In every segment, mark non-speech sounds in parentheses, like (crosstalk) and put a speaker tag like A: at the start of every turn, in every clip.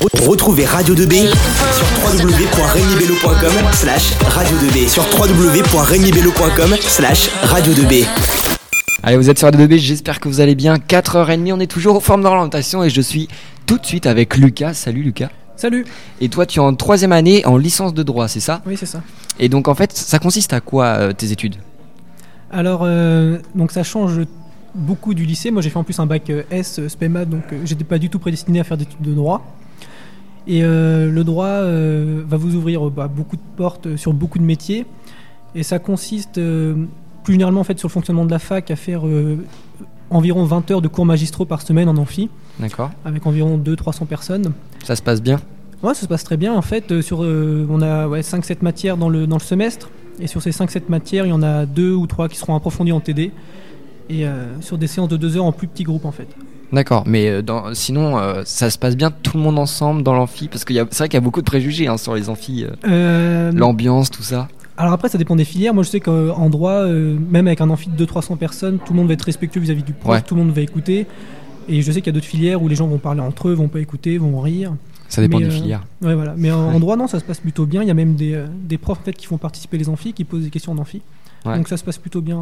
A: Retrouvez Radio 2B sur www.regnibello.com slash radio 2B sur www.regnibello.com slash radio 2B
B: Allez, vous êtes sur Radio 2B, j'espère que vous allez bien. 4h30, on est toujours aux formes d'orientation et je suis tout de suite avec Lucas. Salut Lucas.
C: Salut
B: Et toi, tu es en troisième année en licence de droit, c'est ça
C: Oui, c'est ça.
B: Et donc, en fait, ça consiste à quoi euh, tes études
C: Alors, euh, donc ça change beaucoup du lycée. Moi, j'ai fait en plus un bac euh, S, euh, SPEMA, donc euh, j'étais pas du tout prédestiné à faire d'études de droit. Et euh, le droit euh, va vous ouvrir euh, bah, beaucoup de portes euh, sur beaucoup de métiers. Et ça consiste euh, plus généralement en fait sur le fonctionnement de la fac à faire euh, environ 20 heures de cours magistraux par semaine en amphi,
B: D'accord.
C: avec environ 200-300 personnes.
B: Ça se passe bien
C: Ouais, ça se passe très bien en fait. Euh, Sur, euh, on a ouais, 5-7 matières dans le, dans le semestre. Et sur ces 5-7 matières, il y en a 2 ou 3 qui seront approfondies en TD. Et euh, sur des séances de 2 heures en plus petits groupes en fait.
B: D'accord, mais euh, dans- sinon, euh, ça se passe bien tout le monde ensemble dans l'amphi Parce que c'est vrai qu'il y a beaucoup de préjugés hein, sur les amphis, euh,
C: Euh,
B: l'ambiance, tout ça.
C: alors après, ça dépend des filières. Moi je sais qu'en droit, euh, même avec un amphi de 200-300 personnes, tout le monde va être respectueux vis-à-vis du prof,
B: Ouais.
C: tout le monde va écouter. Et je sais qu'il y a d'autres filières où les gens vont parler entre eux, vont pas écouter, vont rire.
B: Ça dépend
C: Mais,
B: des
C: euh,
B: filières.
C: Ouais, voilà. Mais en,
B: (laughs)
C: en
B: Ouais.
C: droit, non, ça se passe plutôt bien. Il y a même des, euh, des profs en fait, qui font participer les amphis, qui posent des questions en amphi.
B: Ouais.
C: Donc ça se passe plutôt bien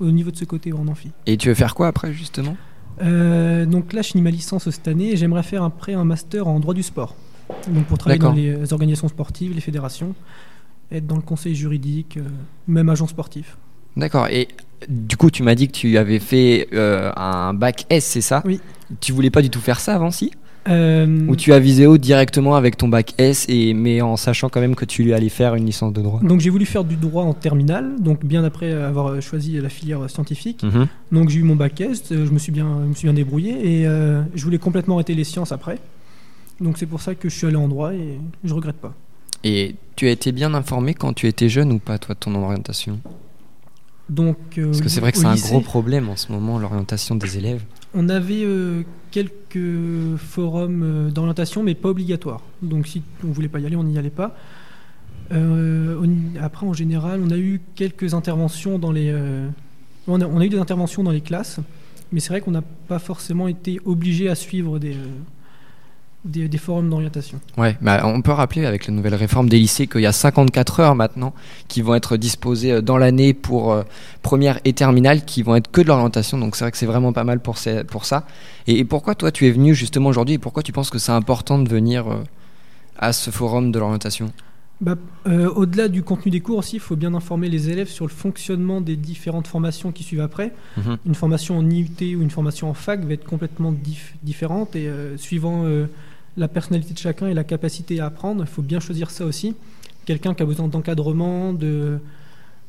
C: euh, au niveau de ce côté en amphi.
B: Et tu veux faire quoi après, justement
C: Euh, donc là, je finis ma licence cette année et j'aimerais faire après un master en droit du sport. Donc pour travailler
B: D'accord.
C: dans les organisations sportives, les fédérations, être dans le conseil juridique, euh, même agent sportif.
B: D'accord, et du coup, tu m'as dit que tu avais fait euh, un bac S, c'est ça
C: Oui.
B: Tu voulais pas du tout faire ça avant, si
C: Euh,
B: Ou tu as visé haut directement avec ton bac S, et, mais en sachant quand même que tu allais faire une licence de droit
C: Donc j'ai voulu faire du droit en terminale, donc bien après avoir euh, choisi la filière euh,
B: Mm.
C: scientifique.
B: Mm-hmm.
C: Donc j'ai eu mon bac S, euh, je me suis bien, je me suis bien débrouillé et euh, je voulais complètement arrêter les sciences après. Donc c'est pour ça que je suis allé en droit et je regrette pas.
B: Et tu as été bien informé quand tu étais jeune ou pas, toi, de ton orientation
C: Donc euh,
B: Parce que c'est vrai que
C: au
B: c'est un
C: lycée,
B: gros problème en ce moment, l'orientation des élèves.
C: On avait euh, quelques forums euh, d'orientation, mais pas obligatoires. Donc si on voulait pas y aller, on n'y allait pas. Euh, on- après, en général, on a eu quelques interventions dans les. euh, on, a, on a eu des interventions dans les classes, mais c'est vrai qu'on n'a pas forcément été obligé à suivre des, euh, des, des forums d'orientation.
B: Ouais, bah, on peut rappeler avec la nouvelle réforme des lycées qu'il y a 54 heures maintenant qui vont être disposées euh, dans l'année pour euh, première et terminale qui vont être que de l'orientation. Donc c'est vrai que c'est vraiment pas mal pour, ces- pour ça. Et, et pourquoi toi tu es venu justement aujourd'hui et pourquoi tu penses que c'est important de venir euh, à ce forum de l'orientation
C: Bah, euh, Au-delà du contenu des cours aussi, il faut bien informer les élèves sur le fonctionnement des différentes formations qui suivent après.
B: Mhm.
C: Une formation en IUT ou une formation en fac va être complètement dif- différente et euh, suivant euh, la personnalité de chacun et la capacité à apprendre, il faut bien choisir ça aussi. Quelqu'un qui a besoin d'encadrement, de,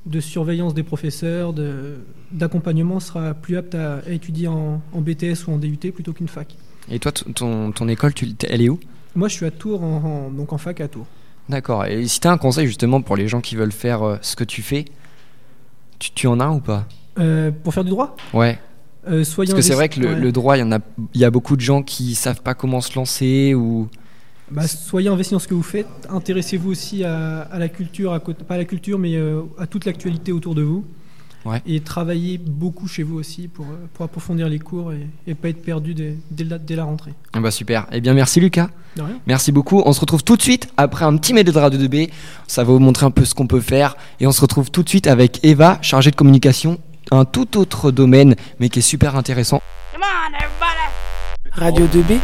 C: de surveillance des professeurs, de- d'accompagnement sera plus apte à, à étudier en, en BTS ou en DUT plutôt qu'une fac.
B: Et toi, t- ton, ton école, tu, t'es- elle est où
C: Moi, je suis à Tours, en- en- donc en fac à Tours.
B: D'accord. Et si tu as un conseil justement pour les gens qui veulent faire euh, ce que tu fais, tu, tu en as un ou pas
C: Euh, pour faire du droit
B: Ouais.
C: euh, soyez
B: Parce que c'est
C: investi-
B: vrai que le,
C: ouais.
B: le droit, il y, en a, il y a beaucoup de gens qui savent pas comment se lancer ou.
C: Bah, soyez investis dans ce que vous faites. Intéressez-vous aussi à, à la culture, à côté- pas à la culture, mais euh, à toute l'actualité autour de vous.
B: Ouais.
C: Et travaillez beaucoup chez vous aussi pour, euh, pour approfondir les cours et, et pas être perdu dès, dès la, dès la rentrée.
B: Ah bah super. Eh bien merci Lucas.
C: De rien.
B: Merci beaucoup. On se retrouve tout de suite après un petit medley de Radio 2B. Ça va vous montrer un peu ce qu'on peut faire. Et on se retrouve tout de suite avec Eva, chargée de communication. Un tout autre domaine, mais qui est super intéressant.
D: Come on, everybody.
E: Radio 2B,